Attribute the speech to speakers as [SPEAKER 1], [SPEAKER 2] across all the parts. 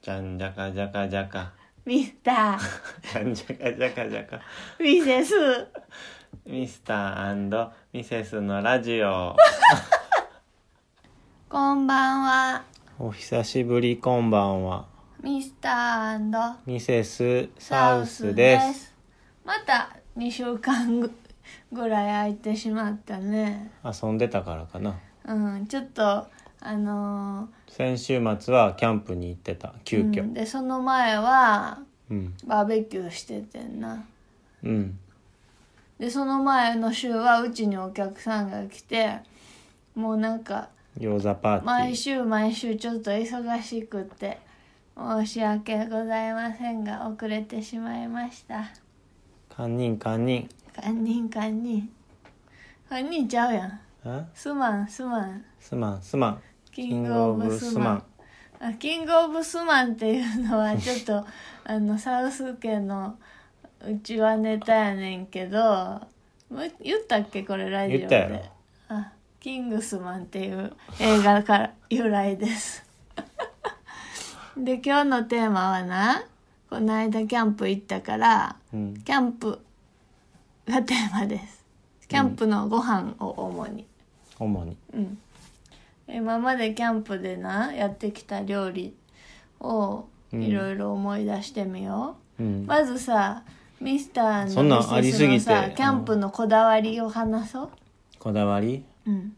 [SPEAKER 1] じゃんじゃかじゃかじゃか。
[SPEAKER 2] ミスター、
[SPEAKER 1] じゃんじゃかじゃかじゃか。
[SPEAKER 2] ミセス。
[SPEAKER 1] ミスターミセスのラジオ。
[SPEAKER 2] こんばんは。
[SPEAKER 1] お久しぶり、こんばんは。
[SPEAKER 2] ミスター
[SPEAKER 1] ミセス
[SPEAKER 2] サ
[SPEAKER 1] サ
[SPEAKER 2] ウ
[SPEAKER 1] ウ
[SPEAKER 2] ス
[SPEAKER 1] ス
[SPEAKER 2] で
[SPEAKER 1] です。
[SPEAKER 2] す。また2週間ぐぐらい空いてしまったね。
[SPEAKER 1] 遊んでたからかな。
[SPEAKER 2] うん、ちょっと、あの
[SPEAKER 1] 先週末はキャンプに行ってた、
[SPEAKER 2] ー
[SPEAKER 1] 急
[SPEAKER 2] う
[SPEAKER 1] 遽
[SPEAKER 2] ん。で、その前は
[SPEAKER 1] うん。
[SPEAKER 2] バーベキューしててんな。
[SPEAKER 1] うん。
[SPEAKER 2] で、その前の週はうちにお客さんが来て、もうなんか、
[SPEAKER 1] 餃子パーテ
[SPEAKER 2] 毎
[SPEAKER 1] ィー。
[SPEAKER 2] 週毎週ちょっと忙しくって申し訳ございませんが遅れてしまいました
[SPEAKER 1] 堪忍堪忍。
[SPEAKER 2] 堪忍堪忍堪忍ちゃうやん
[SPEAKER 1] え
[SPEAKER 2] すまんすまん
[SPEAKER 1] すまんすまん。
[SPEAKER 2] キングオブスマンあキングオブスマンっていうのはちょっと あのサウス家のうちはネタやねんけどむ言ったっけこれラジオで
[SPEAKER 1] 言ったやろ
[SPEAKER 2] あキングスマンっていう映画から由来です で今日のテーマはなこの間キャンプ行ったから
[SPEAKER 1] うん。
[SPEAKER 2] キャンプがテーマですキャンプのご飯を主に、
[SPEAKER 1] 主に。
[SPEAKER 2] うん、今までキャンプでなやってきた料理を
[SPEAKER 1] うん
[SPEAKER 2] いろいろ思い出してみよ
[SPEAKER 1] う
[SPEAKER 2] う、
[SPEAKER 1] ん。
[SPEAKER 2] まずさミスター
[SPEAKER 1] そん
[SPEAKER 2] の
[SPEAKER 1] な
[SPEAKER 2] ミ
[SPEAKER 1] んあり
[SPEAKER 2] セ
[SPEAKER 1] す
[SPEAKER 2] スの
[SPEAKER 1] ぎて
[SPEAKER 2] さ
[SPEAKER 1] うん
[SPEAKER 2] キャンプのこだわりを話そう、
[SPEAKER 1] こだわり
[SPEAKER 2] うん、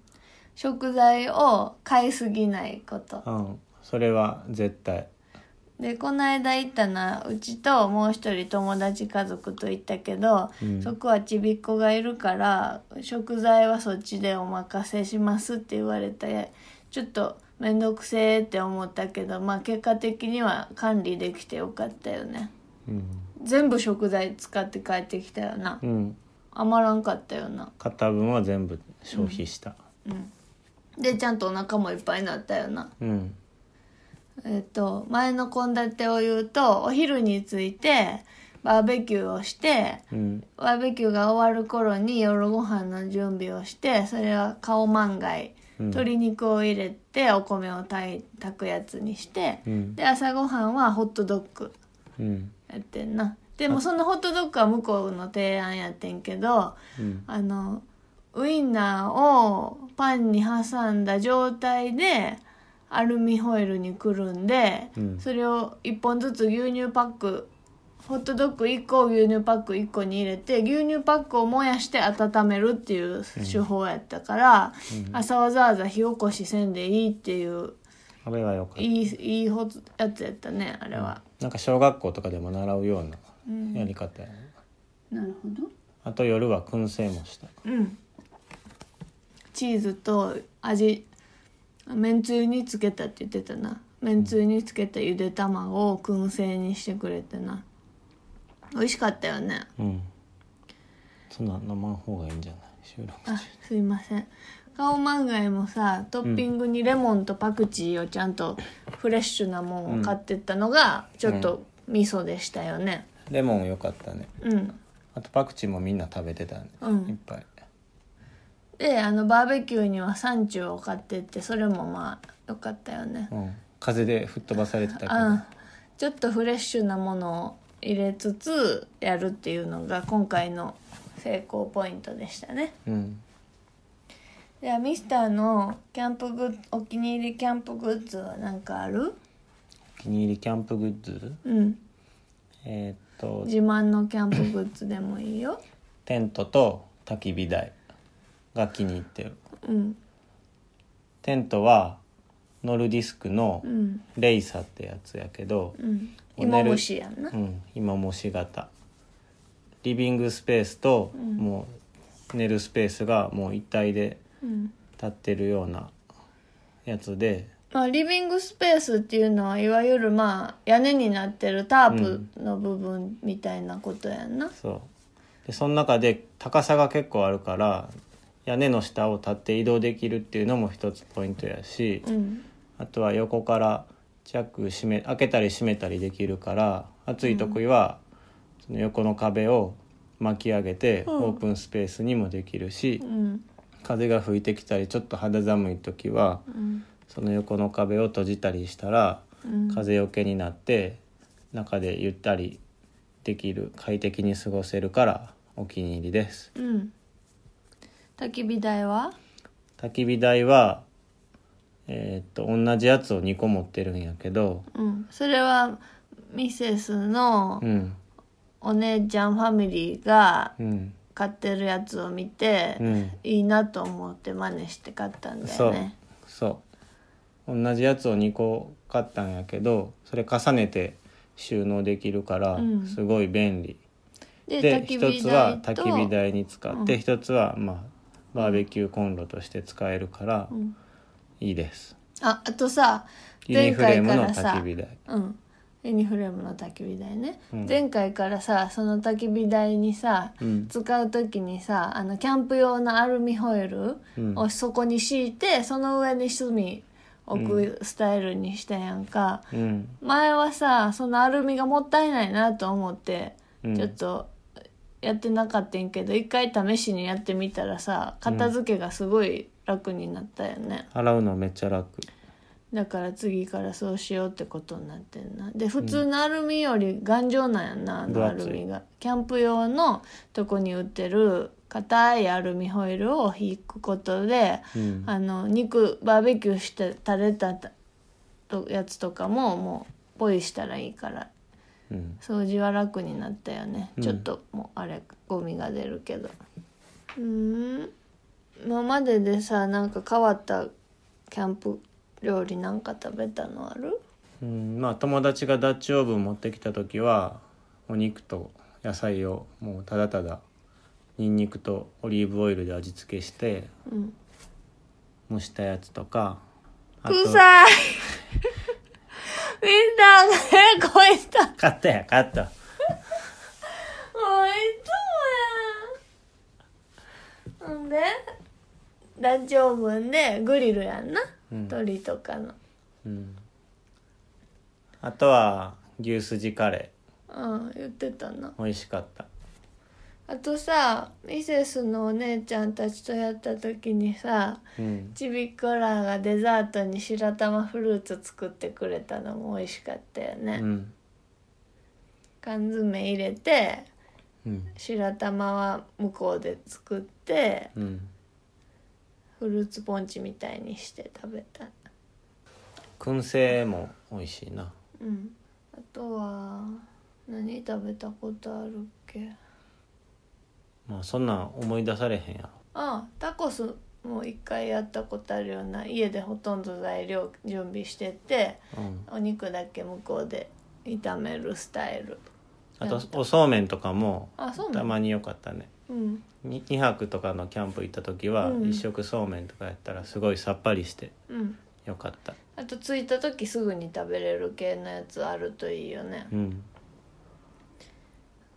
[SPEAKER 2] 食材を買いすぎないこと
[SPEAKER 1] うん。それは絶対。
[SPEAKER 2] でこの間行ったなうちともう一人友達家族と行ったけど、
[SPEAKER 1] うん
[SPEAKER 2] そこはちびっ子がいるから食材はそっちでお任せしますって言われてちょっと面倒くせえって思ったけどまあ結果的には管理できてよかったよね
[SPEAKER 1] うん。
[SPEAKER 2] 全部食材使って帰ってきたよな
[SPEAKER 1] うん。
[SPEAKER 2] 余らんかったよな
[SPEAKER 1] 片分は全部消費した。
[SPEAKER 2] でちゃんとお腹もいっぱいになったよな
[SPEAKER 1] うん。
[SPEAKER 2] えっと前の献立を言うとお昼についてバーベキューをして
[SPEAKER 1] うん。
[SPEAKER 2] バーベキューが終わる頃に夜ご飯の準備をしてそれはカオマンガイ、
[SPEAKER 1] うん
[SPEAKER 2] 鶏肉を入れてお米を炊い炊くやつにして、
[SPEAKER 1] うん。
[SPEAKER 2] で朝ごはんはホットドッグ
[SPEAKER 1] うん。
[SPEAKER 2] やってんなでもそのホットドッグは向こうの提案やってんけど
[SPEAKER 1] うん。
[SPEAKER 2] あのウインナーをパンに挟んだ状態でアルミホイルにくるんで、
[SPEAKER 1] うん
[SPEAKER 2] それを1本ずつ牛乳パックホットドッグ1個を牛乳パック1個に入れて牛乳パックを燃やして温めるっていう手法やったから、朝わざわざ火起こしせんでいいっていう
[SPEAKER 1] あれはよかった。
[SPEAKER 2] いいいいほつやつやったねあれは。
[SPEAKER 1] なんか小学校とかでも習うようなやり方やね、
[SPEAKER 2] なるほど
[SPEAKER 1] あと夜は燻製もした
[SPEAKER 2] うんチーズと味めんつゆにつけたって言ってたなめんつゆにつけたゆで卵を燻製にしてくれてな美味しかったよね
[SPEAKER 1] うんそんな飲まん方がいいんじゃない収録
[SPEAKER 2] あすいません顔まんがいもさトッピングにレモンとパクチーをちゃんとフレッシュなもんを買ってったのがちょっと味噌でしたよね
[SPEAKER 1] レモン良かったね
[SPEAKER 2] うん
[SPEAKER 1] あとパクチーもみんな食べてたね、
[SPEAKER 2] うん
[SPEAKER 1] いっぱい
[SPEAKER 2] であのバーベキューにはサンチュを買ってってそれもまあ良かったよね
[SPEAKER 1] うん風で吹っ飛ばされてたけど
[SPEAKER 2] うん、ちょっとフレッシュなものを入れつつやるっていうのが今回の成功ポイントでしたね
[SPEAKER 1] うん
[SPEAKER 2] ではミスターのキャンプグッお気に入りキャンプグッズは何かある
[SPEAKER 1] お気に入りキャンプグッズ
[SPEAKER 2] うん
[SPEAKER 1] えーっと
[SPEAKER 2] 自慢のキャンプグッズでもいいよ
[SPEAKER 1] テントと焚き火台が気に入ってる
[SPEAKER 2] うん
[SPEAKER 1] テントはノルディスクの
[SPEAKER 2] うん
[SPEAKER 1] レイサってやつやけど、
[SPEAKER 2] うん
[SPEAKER 1] おね
[SPEAKER 2] 芋
[SPEAKER 1] る
[SPEAKER 2] 虫やんな
[SPEAKER 1] うん、今もし型リビングスペースと
[SPEAKER 2] うん
[SPEAKER 1] もう寝るスペースがもう一体で
[SPEAKER 2] うん
[SPEAKER 1] 立ってるようなやつで
[SPEAKER 2] まあ、リビングスペースっていうのはいわゆるまあ屋根になってるタープの部分みたいなことやんな、
[SPEAKER 1] そうでその中で高さが結構あるから屋根の下を立って移動できるっていうのも一つポイントやし
[SPEAKER 2] うん
[SPEAKER 1] あとは横からチャック閉め開けたり閉めたりできるから暑い時はその横の壁を巻き上げて
[SPEAKER 2] うん
[SPEAKER 1] オープンスペースにもできるし
[SPEAKER 2] う、ん
[SPEAKER 1] 風が吹いてきたりちょっと肌寒い時は
[SPEAKER 2] うん
[SPEAKER 1] その横の壁を閉じたりしたら風よけになって中でゆったりできる快適に過ごせるからお気に入りです
[SPEAKER 2] うん焚き火台は
[SPEAKER 1] 焚き火台はえーっと同じやつを2個持ってるんやけど
[SPEAKER 2] うんそれはミセスの
[SPEAKER 1] うん
[SPEAKER 2] お姉ちゃんファミリーが
[SPEAKER 1] うん
[SPEAKER 2] 買ってるやつを見て、
[SPEAKER 1] うん
[SPEAKER 2] いいなと思って真似して買ったんだ
[SPEAKER 1] そ
[SPEAKER 2] よ
[SPEAKER 1] う
[SPEAKER 2] ね
[SPEAKER 1] そう同じやつを2個買ったんやけどそれ重ねて収納できるから
[SPEAKER 2] うん
[SPEAKER 1] すごい便利、
[SPEAKER 2] で
[SPEAKER 1] で
[SPEAKER 2] 焚き
[SPEAKER 1] 一
[SPEAKER 2] 火
[SPEAKER 1] つは
[SPEAKER 2] 台と
[SPEAKER 1] 焚き火台に使って、
[SPEAKER 2] うん
[SPEAKER 1] 一つはまあバーベキューコンロとして使えるから
[SPEAKER 2] うん
[SPEAKER 1] いいです、
[SPEAKER 2] ああとさ
[SPEAKER 1] ユニ
[SPEAKER 2] 前
[SPEAKER 1] フレー
[SPEAKER 2] 回
[SPEAKER 1] ム
[SPEAKER 2] か
[SPEAKER 1] の
[SPEAKER 2] ら
[SPEAKER 1] 焚
[SPEAKER 2] さ
[SPEAKER 1] き火台
[SPEAKER 2] うんユニフレームの焚き火台ね、
[SPEAKER 1] うん
[SPEAKER 2] 前回からさその焚き火台にさ、
[SPEAKER 1] うん
[SPEAKER 2] 使う時にさあのキャンプ用のアルミホイル
[SPEAKER 1] うん
[SPEAKER 2] をそこに敷いて、その上に炭置くスタイルにしたやんか、
[SPEAKER 1] うん
[SPEAKER 2] 前はさそのアルミがもったいないなと思って、
[SPEAKER 1] うん
[SPEAKER 2] ちょっとやってなかったんけど一回試しにやってみたらさ片付けがすごい楽になったよね、
[SPEAKER 1] 洗うのめっちゃ楽
[SPEAKER 2] だから次からそうしようってことになってんなで普通のアルミより頑丈なんやな、あの
[SPEAKER 1] 分
[SPEAKER 2] ア
[SPEAKER 1] 厚い
[SPEAKER 2] ルミがキャンプ用のとこに売ってる硬いアルミホイルを引くことで、
[SPEAKER 1] うん
[SPEAKER 2] あの肉バーベキューして垂れたとやつとかももうポイしたらいいから
[SPEAKER 1] うん
[SPEAKER 2] 掃除は楽になったよね、
[SPEAKER 1] うん
[SPEAKER 2] ちょっともうあれゴミが出るけどうーん今まででさなんか変わったキャンプ料理なんか食べたのある
[SPEAKER 1] うんまあ友達がダッチオーブン持ってきた時はお肉と野菜をもうただただニンニクとオリーブオイルで味付けして
[SPEAKER 2] うん
[SPEAKER 1] 蒸したやつとかあと
[SPEAKER 2] 臭いみんなが声したも
[SPEAKER 1] 買ったや買った
[SPEAKER 2] ういつもやんほんでラジオ分でグリルやんな、
[SPEAKER 1] うん
[SPEAKER 2] 鳥とかの
[SPEAKER 1] うんあとは牛すじカレ
[SPEAKER 2] うん言ってたな
[SPEAKER 1] ー美味しかった
[SPEAKER 2] あとさミセスのお姉ちゃんたちとやった時にさ
[SPEAKER 1] うん
[SPEAKER 2] ちびっこらがデザートに白玉フルーツ作ってくれたのも美味しかったよね、
[SPEAKER 1] うん
[SPEAKER 2] 缶詰入れて
[SPEAKER 1] うん
[SPEAKER 2] 白玉は向こうで作って
[SPEAKER 1] うん
[SPEAKER 2] フルーツポンチみたいにして食べた
[SPEAKER 1] 燻製も美味しいな
[SPEAKER 2] うんあとは何食べたことあるっけ
[SPEAKER 1] まあそんなん思い出されへんやろ
[SPEAKER 2] あタコスも一回やったことあるような家でほとんど材料準備してて
[SPEAKER 1] うん、
[SPEAKER 2] お肉だけ向こうで炒めるスタイル
[SPEAKER 1] あとおそうめんとかも
[SPEAKER 2] あそうな
[SPEAKER 1] た
[SPEAKER 2] の
[SPEAKER 1] まに良かったね
[SPEAKER 2] うん
[SPEAKER 1] に2泊とかのキャンプ行った時は
[SPEAKER 2] うん
[SPEAKER 1] 1食そうめんとかやったらすごいさっぱりして
[SPEAKER 2] うん
[SPEAKER 1] よかった
[SPEAKER 2] あと着いた時すぐに食べれる系のやつあるといいよね
[SPEAKER 1] うん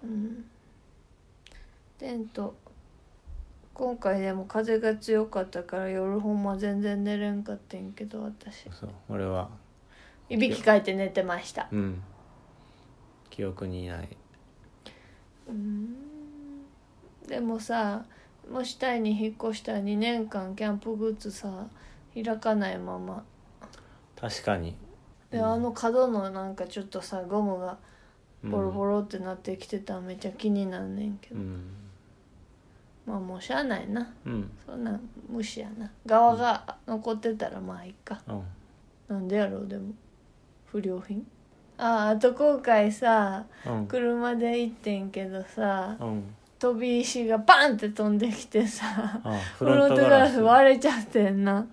[SPEAKER 2] うんテント今回でも風が強かったから夜ほんま全然寝れんかってんけど私
[SPEAKER 1] そう俺はい
[SPEAKER 2] びきかいて寝てました
[SPEAKER 1] うん記憶にない
[SPEAKER 2] うんでもさもしタイに引っ越したら2年間キャンプグッズさ開かないまま
[SPEAKER 1] 確かに、
[SPEAKER 2] であの角のなんかちょっとさゴムが
[SPEAKER 1] うん
[SPEAKER 2] ボロボロってなってきてたらめっちゃ気になんねんけど、
[SPEAKER 1] うん
[SPEAKER 2] まあもうしゃあないな
[SPEAKER 1] うん
[SPEAKER 2] そんなん無視やな側が残ってたらまあいいか
[SPEAKER 1] うん
[SPEAKER 2] なんでやろうでも不良品あああと今回さ
[SPEAKER 1] うん
[SPEAKER 2] 車で行ってんけどさ
[SPEAKER 1] うん
[SPEAKER 2] 飛び石がバンって飛んできてさ
[SPEAKER 1] あフ
[SPEAKER 2] フロ
[SPEAKER 1] ロ
[SPEAKER 2] ン
[SPEAKER 1] ン
[SPEAKER 2] ト
[SPEAKER 1] ト
[SPEAKER 2] ガ
[SPEAKER 1] ガ
[SPEAKER 2] ラ
[SPEAKER 1] ラ
[SPEAKER 2] ス
[SPEAKER 1] ス
[SPEAKER 2] 割れちゃってんな
[SPEAKER 1] うん、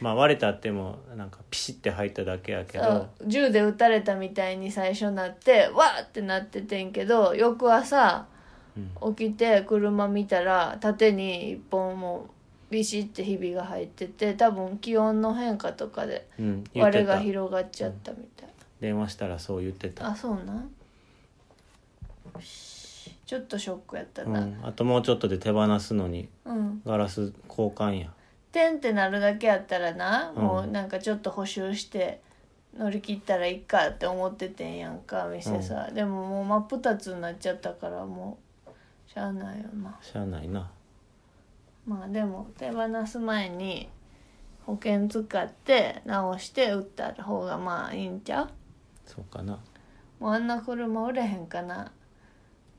[SPEAKER 1] まあ割れたってもなんかピシって入っただけやけ
[SPEAKER 2] さ
[SPEAKER 1] ど
[SPEAKER 2] 銃で撃たれたみたいに最初なってわーってなっててんけど翌朝
[SPEAKER 1] うん
[SPEAKER 2] 起きて車見たら縦に一本もうビシッてひびが入ってて多分気温の変化とかで
[SPEAKER 1] うん言っ
[SPEAKER 2] 割
[SPEAKER 1] て
[SPEAKER 2] れが
[SPEAKER 1] た
[SPEAKER 2] 広がっちゃったみたい、
[SPEAKER 1] 電話したらそう言ってた、
[SPEAKER 2] あそうなんちょっとショックやった
[SPEAKER 1] う
[SPEAKER 2] なうん、
[SPEAKER 1] ん、あともうちょっとで手放すのにガラス交換や
[SPEAKER 2] 点ってなるだけやったらな、
[SPEAKER 1] うん
[SPEAKER 2] もうなんかちょっと補修して乗り切ったらいいかって思っててんやんか店さ、でももう真っ二つになっちゃったからもうしゃあないよな
[SPEAKER 1] しゃあないな
[SPEAKER 2] まあでも手放す前に保険使って直して打った方がまあいいんちゃう
[SPEAKER 1] そうかな
[SPEAKER 2] もうあんな車売れへんかな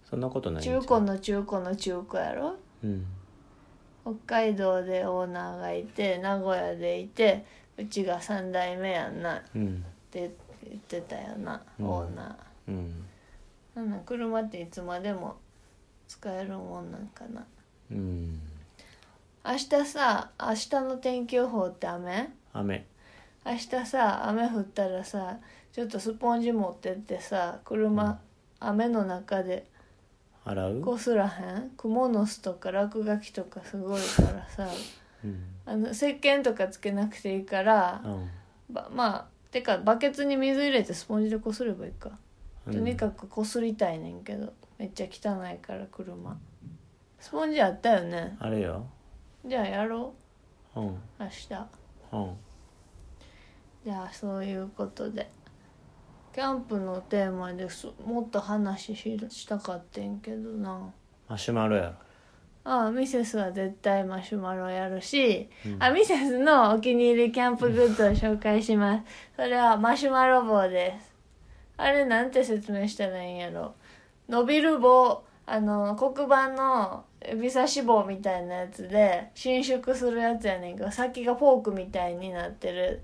[SPEAKER 1] そんなことないんちゃ
[SPEAKER 2] 中
[SPEAKER 1] う
[SPEAKER 2] 古の中古の中古やろ
[SPEAKER 1] うん
[SPEAKER 2] 北海道でオーナーがいて名古屋でいてうちが3代目やんなっ
[SPEAKER 1] うん
[SPEAKER 2] て言ってたよな、
[SPEAKER 1] うん
[SPEAKER 2] オーナ
[SPEAKER 1] うん
[SPEAKER 2] ーなんなん車っていつまでも使えるもんなんかな
[SPEAKER 1] うん
[SPEAKER 2] 明日さ明日の天気予報って雨
[SPEAKER 1] 雨
[SPEAKER 2] 明日さ雨降ったらさちょっとスポンジ持ってってさ車、雨の中で
[SPEAKER 1] 洗う
[SPEAKER 2] こすらへんクモの巣とか落書きとかすごいから さ
[SPEAKER 1] うん
[SPEAKER 2] あの石鹸とかつけなくていいからばまあてかバケツに水入れてスポンジでこすればいいか、
[SPEAKER 1] うん
[SPEAKER 2] とにかくこすりたいねんけどめっちゃ汚いから車スポンジあったよね
[SPEAKER 1] あれよ
[SPEAKER 2] じゃあやろ
[SPEAKER 1] うんうん
[SPEAKER 2] う明日じゃあそういうことでキャンプのテーマですもっと話ししたかってんけどな
[SPEAKER 1] マシュマロや
[SPEAKER 2] ああミセスは絶対マシュマロやるし、
[SPEAKER 1] うん
[SPEAKER 2] あミセスのお気に入りキャンプグッズを紹介しますそれはマシュマロ棒ですあれなんて説明したらいいんやろ伸びる棒あの黒板の指差し棒みたいなやつで伸縮するやつやねんけど先がフォークみたいになってる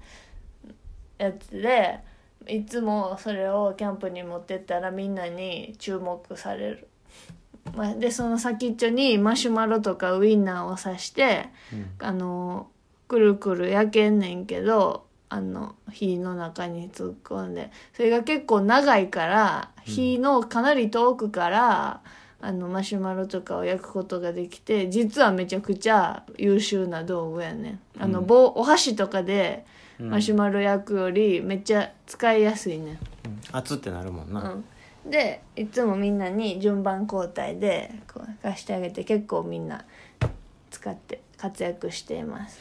[SPEAKER 2] やつでいつもそれをキャンプに持ってったらみんなに注目される、まあ、でその先っちょにマシュマロとかウインナーを刺して
[SPEAKER 1] うん
[SPEAKER 2] あのくるくる焼けんねんけどあの火の中に突っ込んでそれが結構長いから火のかなり遠くから、あのマシュマロとかを焼くことができて実はめちゃくちゃ優秀な道具やねん。あの
[SPEAKER 1] うん
[SPEAKER 2] 棒お箸とかで
[SPEAKER 1] うん
[SPEAKER 2] マシュマロ焼くよりめっちゃ使いやすいねん。
[SPEAKER 1] うん熱ってなるもんな
[SPEAKER 2] うん、でいつもみんなに順番交代でこう貸してあげて結構みんな使って活躍しています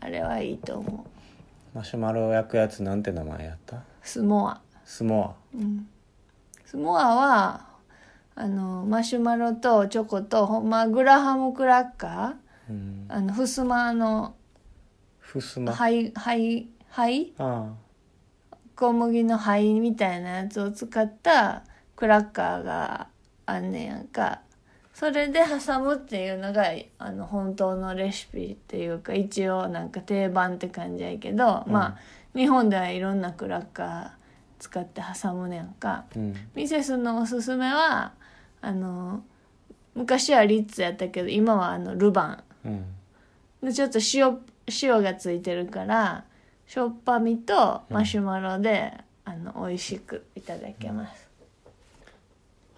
[SPEAKER 2] あれはいいと思う
[SPEAKER 1] マシュマロを焼くやつなんて名前やった
[SPEAKER 2] スモア、
[SPEAKER 1] スモ
[SPEAKER 2] うん、スモアはあのマシュマロとチョコとほんまグラハムクラッカ
[SPEAKER 1] アうん
[SPEAKER 2] ーあのふすまの
[SPEAKER 1] ふすまあ
[SPEAKER 2] 灰灰灰
[SPEAKER 1] あ
[SPEAKER 2] 小麦の灰みたいなやつを使ったクラッカーがあんねやんかそれで挟むっていうのがあの本当のレシピっていうか一応なんか定番って感じやけど、
[SPEAKER 1] うん
[SPEAKER 2] まあ日本ではいろんなクラッカー使って挟むねやんか
[SPEAKER 1] うん
[SPEAKER 2] ミセスのおすすめはあの昔はリッツやったけど今はあのルバン
[SPEAKER 1] うん
[SPEAKER 2] でちょっと塩塩がついてるからしょっぱみとマシュマロで、あの美味しくいただけます、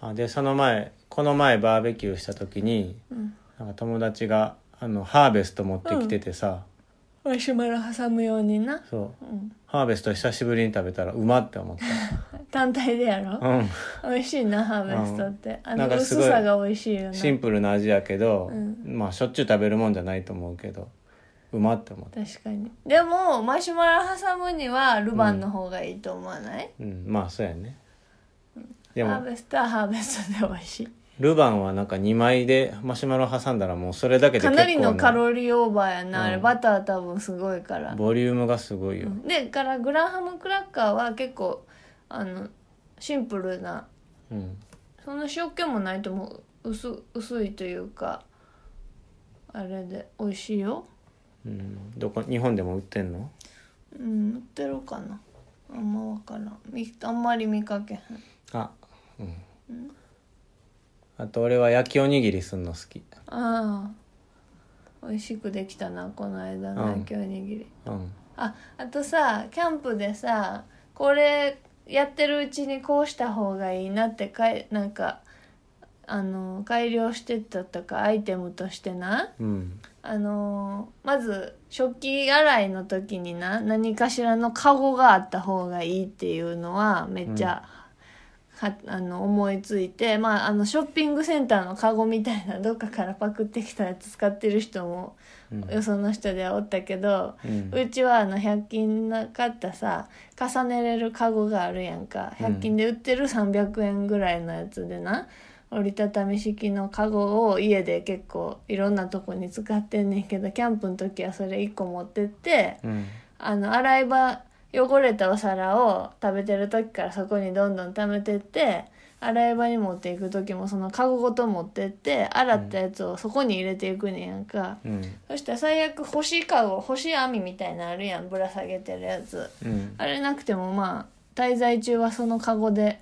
[SPEAKER 1] あでその前この前バーベキューした時に
[SPEAKER 2] うん
[SPEAKER 1] なんか友達があのハーベスト持ってきててさ、
[SPEAKER 2] マシュマロ挟むようにな、
[SPEAKER 1] そう
[SPEAKER 2] うん、
[SPEAKER 1] ハーベスト久しぶりに食べたらうまって思っ
[SPEAKER 2] 単体でやろ
[SPEAKER 1] た、うん、
[SPEAKER 2] 美味しいなハーベストってあ
[SPEAKER 1] なん
[SPEAKER 2] の
[SPEAKER 1] かすごい
[SPEAKER 2] 薄さが美味しいよな
[SPEAKER 1] シンプルな味やけど、
[SPEAKER 2] うん
[SPEAKER 1] まあしょっちゅう食べるもんじゃないと思うけどうまって思った、
[SPEAKER 2] 確かにでもマシュマロ挟むにはルバンの方がいいと思わない、
[SPEAKER 1] うん、まあそうやねで
[SPEAKER 2] ハー
[SPEAKER 1] も
[SPEAKER 2] ベストはハーベストで美味し
[SPEAKER 1] ルバンはなんか2枚でマシュマロ挟んだらもうそれだけ
[SPEAKER 2] い
[SPEAKER 1] で
[SPEAKER 2] か
[SPEAKER 1] 結構
[SPEAKER 2] なりのカロリーオーバーやな、あれ
[SPEAKER 1] うん
[SPEAKER 2] バター多分すごいから
[SPEAKER 1] ボリュームがすごいよ、
[SPEAKER 2] でからグラハムクラッカーは結構あのシンプルな
[SPEAKER 1] うん
[SPEAKER 2] そんな塩気もないともう薄薄いというかあれで美味しいよ
[SPEAKER 1] うん、どこ日本でも売ってんの
[SPEAKER 2] うん売ってるかなあんま分からんみあんまり見かけへん
[SPEAKER 1] あうんあと俺は焼きおにぎりすんの好き
[SPEAKER 2] ああ美味しくできたなこの間の焼きおにぎり、
[SPEAKER 1] うん
[SPEAKER 2] ああとさキャンプでさこれやってるうちにこうした方がいいなってかいなんかあの改良してったとかアイテムとしてな
[SPEAKER 1] うん
[SPEAKER 2] あのまず食器洗いの時にな何かしらのカゴがあった方がいいっていうのはめっちゃ、はあの思いついて、まあ、あのショッピングセンターのカゴみたいなどっかからパクってきたやつ使ってる人も
[SPEAKER 1] うん
[SPEAKER 2] よその人ではおったけど、
[SPEAKER 1] うん
[SPEAKER 2] うちはあの100均なかったさ重ねれるカゴがあるやんか
[SPEAKER 1] うん
[SPEAKER 2] 100均で売ってる300円ぐらいのやつでな、折りたたみ式のカゴを家で結構いろんなとこに使ってんねんけどキャンプの時はそれ1個持ってって
[SPEAKER 1] うん
[SPEAKER 2] あの洗い場汚れたお皿を食べてる時からそこにどんどん溜めてって洗い場に持っていく時もそのカゴごと持ってって洗ったやつをそこに入れていくねんやんか、
[SPEAKER 1] うん
[SPEAKER 2] そしたら最悪干しカゴ干し網みたいなのあるやんぶら下げてるやつ
[SPEAKER 1] うん
[SPEAKER 2] あれなくてもまあ滞在中はそのカゴで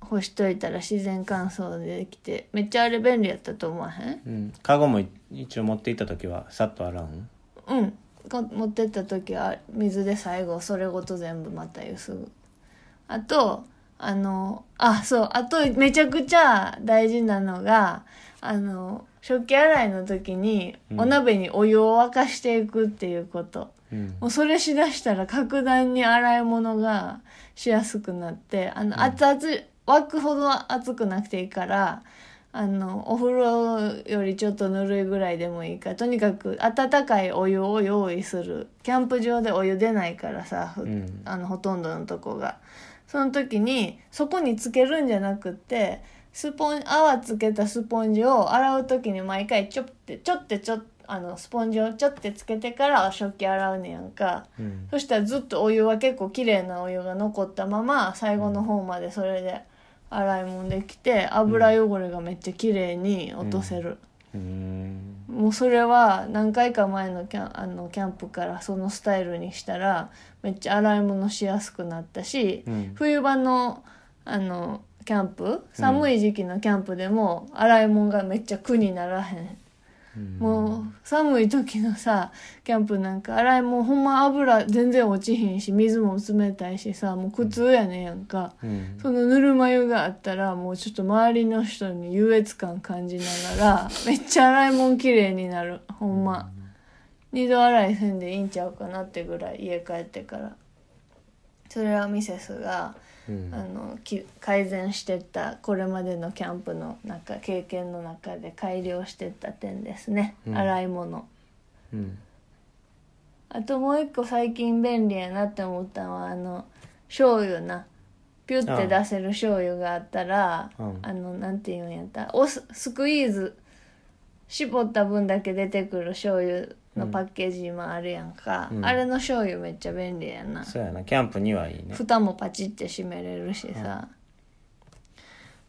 [SPEAKER 2] 干しといたら自然乾燥でできてめっちゃあれ便利やったと思わへん
[SPEAKER 1] うんカゴも一応持っていった時はさっと洗うん
[SPEAKER 2] うんこ持ってった時は水で最後それごと全部またゆすぐあとあのあそうあとめちゃくちゃ大事なのがあの食器洗いの時に
[SPEAKER 1] うん
[SPEAKER 2] お鍋にお湯を沸かしていくっていうこと、
[SPEAKER 1] うん
[SPEAKER 2] もうそれしだしたら格段に洗い物がしやすくなってあの熱々、沸くほど熱くなくていいからあのお風呂よりちょっとぬるいぐらいでもいいからとにかく温かいお湯を用意するキャンプ場でお湯出ないからさ、ふ
[SPEAKER 1] うん
[SPEAKER 2] あのほとんどのとこがその時にそこにつけるんじゃなくってスポン泡つけたスポンジを洗う時に毎回ちょってちょってちょっあのスポンジをちょってつけてから食器洗うねやんか
[SPEAKER 1] うん
[SPEAKER 2] そしたらずっとお湯は結構綺麗なお湯が残ったまま最後の方までそれで洗い物できて油汚れがめっちゃ綺麗に落とせる、
[SPEAKER 1] うん
[SPEAKER 2] もうそれは何回か前のキャンあのキャンプからそのスタイルにしたらめっちゃ洗い物しやすくなったし、
[SPEAKER 1] うん
[SPEAKER 2] 冬場のあのキャンプ寒い時期のキャンプでも洗い物がめっちゃ苦にならへん、
[SPEAKER 1] うん
[SPEAKER 2] もう寒い時のさキャンプなんか洗い物ほんま油全然落ちひんし水も冷たいしさもう苦痛やねんやんか、
[SPEAKER 1] うん
[SPEAKER 2] そのぬるま湯があったらもうちょっと周りの人に優越感感じな がらめっちゃ洗い物綺麗になるほんま二度洗いせんでいいんちゃうかなってぐらい家帰ってからそれはミセスが
[SPEAKER 1] うん
[SPEAKER 2] あのき改善してったこれまでのキャンプの中経験の中で改良してった点ですね、
[SPEAKER 1] うん
[SPEAKER 2] 洗い物
[SPEAKER 1] うん
[SPEAKER 2] あともう一個最近便利やなって思ったのはあの醤油なピュッて出せる醤油があったらあ,、
[SPEAKER 1] うん
[SPEAKER 2] のなんていうんやったおすスクイーズ絞った分だけ出てくる醤油のパッケージもあるやんか、
[SPEAKER 1] うん
[SPEAKER 2] あれの醤油めっちゃ便利やな、
[SPEAKER 1] そうやなキャンプにはいいね
[SPEAKER 2] 蓋もパチって閉めれるしさ、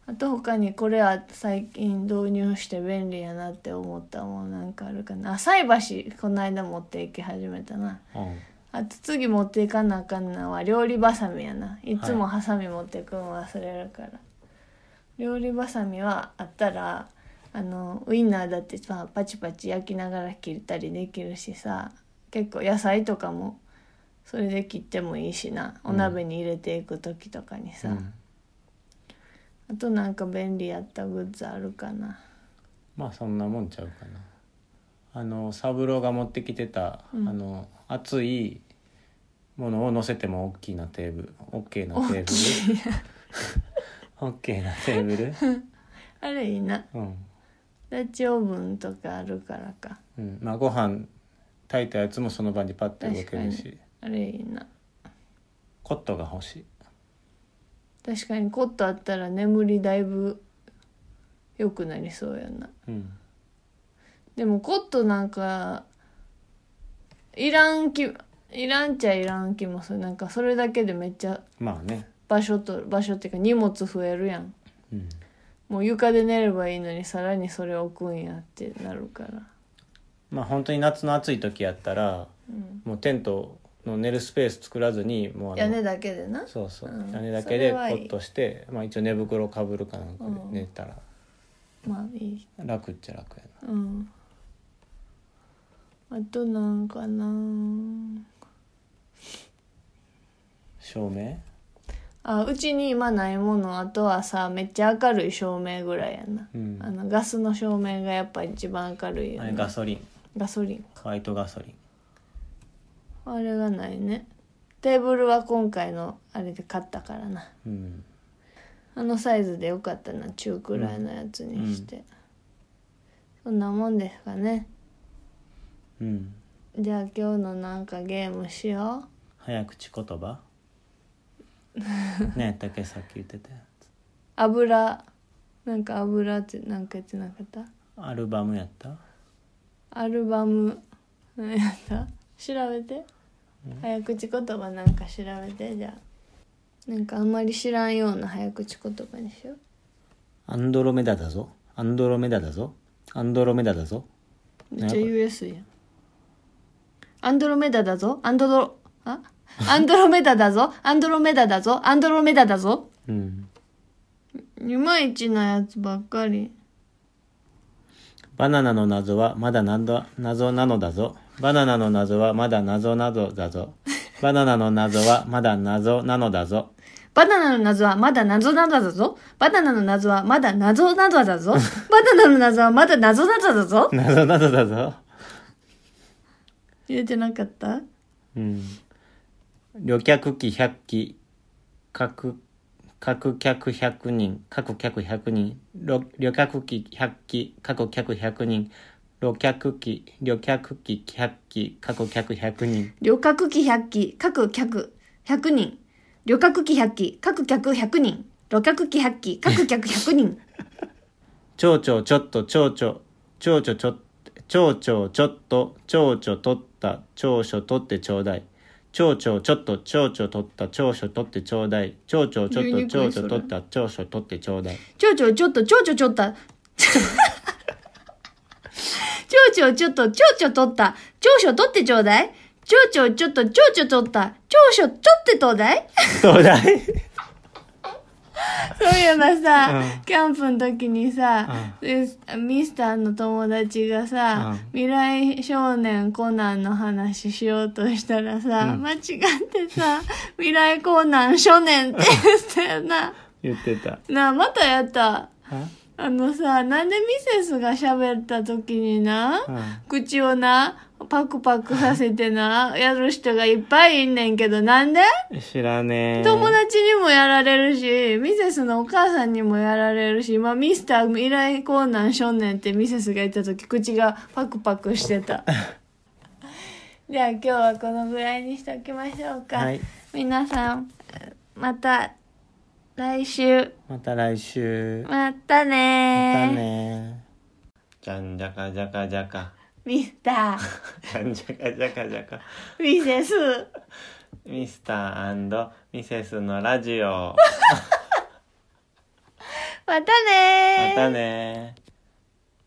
[SPEAKER 2] あと他にこれは最近導入して便利やなって思ったもんなんかあるかなあ菜箸この間持っていき始めたな
[SPEAKER 1] うん
[SPEAKER 2] あと次持っていかなあかんのは料理バサミやないつもハサミ持ってくん忘れるから、料理バサミはあったらあのウインナーだってまあパチパチ焼きながら切ったりできるしさ結構野菜とかもそれで切ってもいいしなお鍋に入れていく時とかにさ、
[SPEAKER 1] うん
[SPEAKER 2] あとなんか便利やったグッズあるかな
[SPEAKER 1] まあそんなもんちゃうかなあの三郎が持ってきてた、
[SPEAKER 2] うん
[SPEAKER 1] あの熱いものを乗せても大きいなテーブル大きいなテーブル大きいなテーブル
[SPEAKER 2] あれいいな
[SPEAKER 1] うん、
[SPEAKER 2] ダッチオーブンとかあるからか
[SPEAKER 1] うん、まあご飯炊いたやつもその場にパッて動ける
[SPEAKER 2] 確
[SPEAKER 1] し
[SPEAKER 2] あれいいな
[SPEAKER 1] コットが欲しい
[SPEAKER 2] 確かにコットあったら眠りだいぶ良くなりそうやな
[SPEAKER 1] うん
[SPEAKER 2] でもコットなんかいらん気いらんちゃいらん気もするなんかそれだけでめっちゃ
[SPEAKER 1] まあね
[SPEAKER 2] 場所と場所っていうか荷物増えるやん
[SPEAKER 1] うん
[SPEAKER 2] もう床で寝ればいいのにさらにそれ置くんやってなるから
[SPEAKER 1] まあ本当に夏の暑い時やったら
[SPEAKER 2] うん
[SPEAKER 1] もうテントの寝るスペース作らずにもうあの
[SPEAKER 2] 屋根だけでな
[SPEAKER 1] そうそう、
[SPEAKER 2] うん
[SPEAKER 1] 屋根だけで
[SPEAKER 2] それ
[SPEAKER 1] ポ
[SPEAKER 2] はいい
[SPEAKER 1] ッとしてまあ、一応寝袋かぶるかなんかで
[SPEAKER 2] うん
[SPEAKER 1] 寝たら
[SPEAKER 2] まあいい
[SPEAKER 1] 楽っちゃ楽やな
[SPEAKER 2] うんあとなんかな
[SPEAKER 1] 照明
[SPEAKER 2] あうちに今ないものあとはさめっちゃ明るい照明ぐらいやな、
[SPEAKER 1] うん
[SPEAKER 2] あのガスの照明がやっぱ一番明るいよ
[SPEAKER 1] あ
[SPEAKER 2] ね
[SPEAKER 1] れガソリン
[SPEAKER 2] ガソリン
[SPEAKER 1] ホワイトガソリン
[SPEAKER 2] あれがないねテーブルは今回のあれで買ったからな
[SPEAKER 1] うん
[SPEAKER 2] あのサイズでよかったな中くらいのやつにして、そんなもんですかね
[SPEAKER 1] うん
[SPEAKER 2] じゃあ今日のなんかゲームしよう
[SPEAKER 1] 早口言葉ね竹さっき言ってたやつ
[SPEAKER 2] 油なんか油ってなんか言ってなかった
[SPEAKER 1] アルバムやった
[SPEAKER 2] アルバム何やった調べて早口言葉なんか調べてじゃあなんかあんまり知らんような早口言葉にしよう
[SPEAKER 1] アンドロメダだぞアンドロメダだぞアンドロメダだぞ
[SPEAKER 2] めっちゃ US やんアンドロメダだぞアンドロあアンドロメダだぞアンドロメダだぞアンドロメダだぞ
[SPEAKER 1] うん
[SPEAKER 2] いまいちなやつばっかり
[SPEAKER 1] バナナの謎はまだなんだ謎なのだぞバナナの謎はまだ謎などだぞバナナの謎は まだ謎なのだぞ
[SPEAKER 2] バナナの謎はまだ謎などだぞバナナの謎はまだ謎など だぞバナナの謎はまだ謎などだぞ
[SPEAKER 1] 謎などだぞ
[SPEAKER 2] 言えてなかった
[SPEAKER 1] うん旅客機100機各各客100人各客100人ろ旅客機100機各客100人旅客機旅客機100機各客100人
[SPEAKER 2] 旅客機100機、各客100人。旅客機100機、各客100人。旅客機100機、各客100人。
[SPEAKER 1] 蝶々ちょっと蝶々蝶々ちょっ蝶々ちょっと蝶々取った長所取ってちょうだい蝶々ちょっと蝶々取った長所取ってちょうだい蝶々ちょっと
[SPEAKER 2] 言いにくい
[SPEAKER 1] 蝶々
[SPEAKER 2] それ
[SPEAKER 1] 取った長所取ってちょうだい
[SPEAKER 2] ちょうちょうちょっと、ちょうちょちょった。ちょうちょうちょっと、ちょうちょ取った。長所取ってちょうだい。ちょうちょうちょっと、ちょうちょ取った。長所取ってちょうだい。
[SPEAKER 1] ちょうだい
[SPEAKER 2] そういえばさ、
[SPEAKER 1] う
[SPEAKER 2] キャンプの時にさ、でミスターの友達がさ、
[SPEAKER 1] うん
[SPEAKER 2] 未来少年コナンの話しようとしたらさ、間違ってさ、未来コナン少年って言ったよな。
[SPEAKER 1] 言ってた
[SPEAKER 2] なあ、またやった。
[SPEAKER 1] あ
[SPEAKER 2] あのさ、なんでミセスが喋った時にな、
[SPEAKER 1] うん
[SPEAKER 2] 口をな、パクパクさせてな、やる人がいっぱいいんねんけど、なんで
[SPEAKER 1] 知らねえ
[SPEAKER 2] 友達にもやられるし、ミセスのお母さんにもやられるし、今、ミスター未来コーナー少年ってミセスが言った時、口がパクパクして た。じゃあ今日はこのぐらいにしておきましょうか。
[SPEAKER 1] はい
[SPEAKER 2] 皆さん、また来週。
[SPEAKER 1] また来週ま
[SPEAKER 2] またねー
[SPEAKER 1] たねじゃんじゃかじゃかじゃか
[SPEAKER 2] ミスター、
[SPEAKER 1] じゃんじゃかじゃかじゃか
[SPEAKER 2] ミセス。
[SPEAKER 1] ミスターミセスのラジオ
[SPEAKER 2] またねー
[SPEAKER 1] またね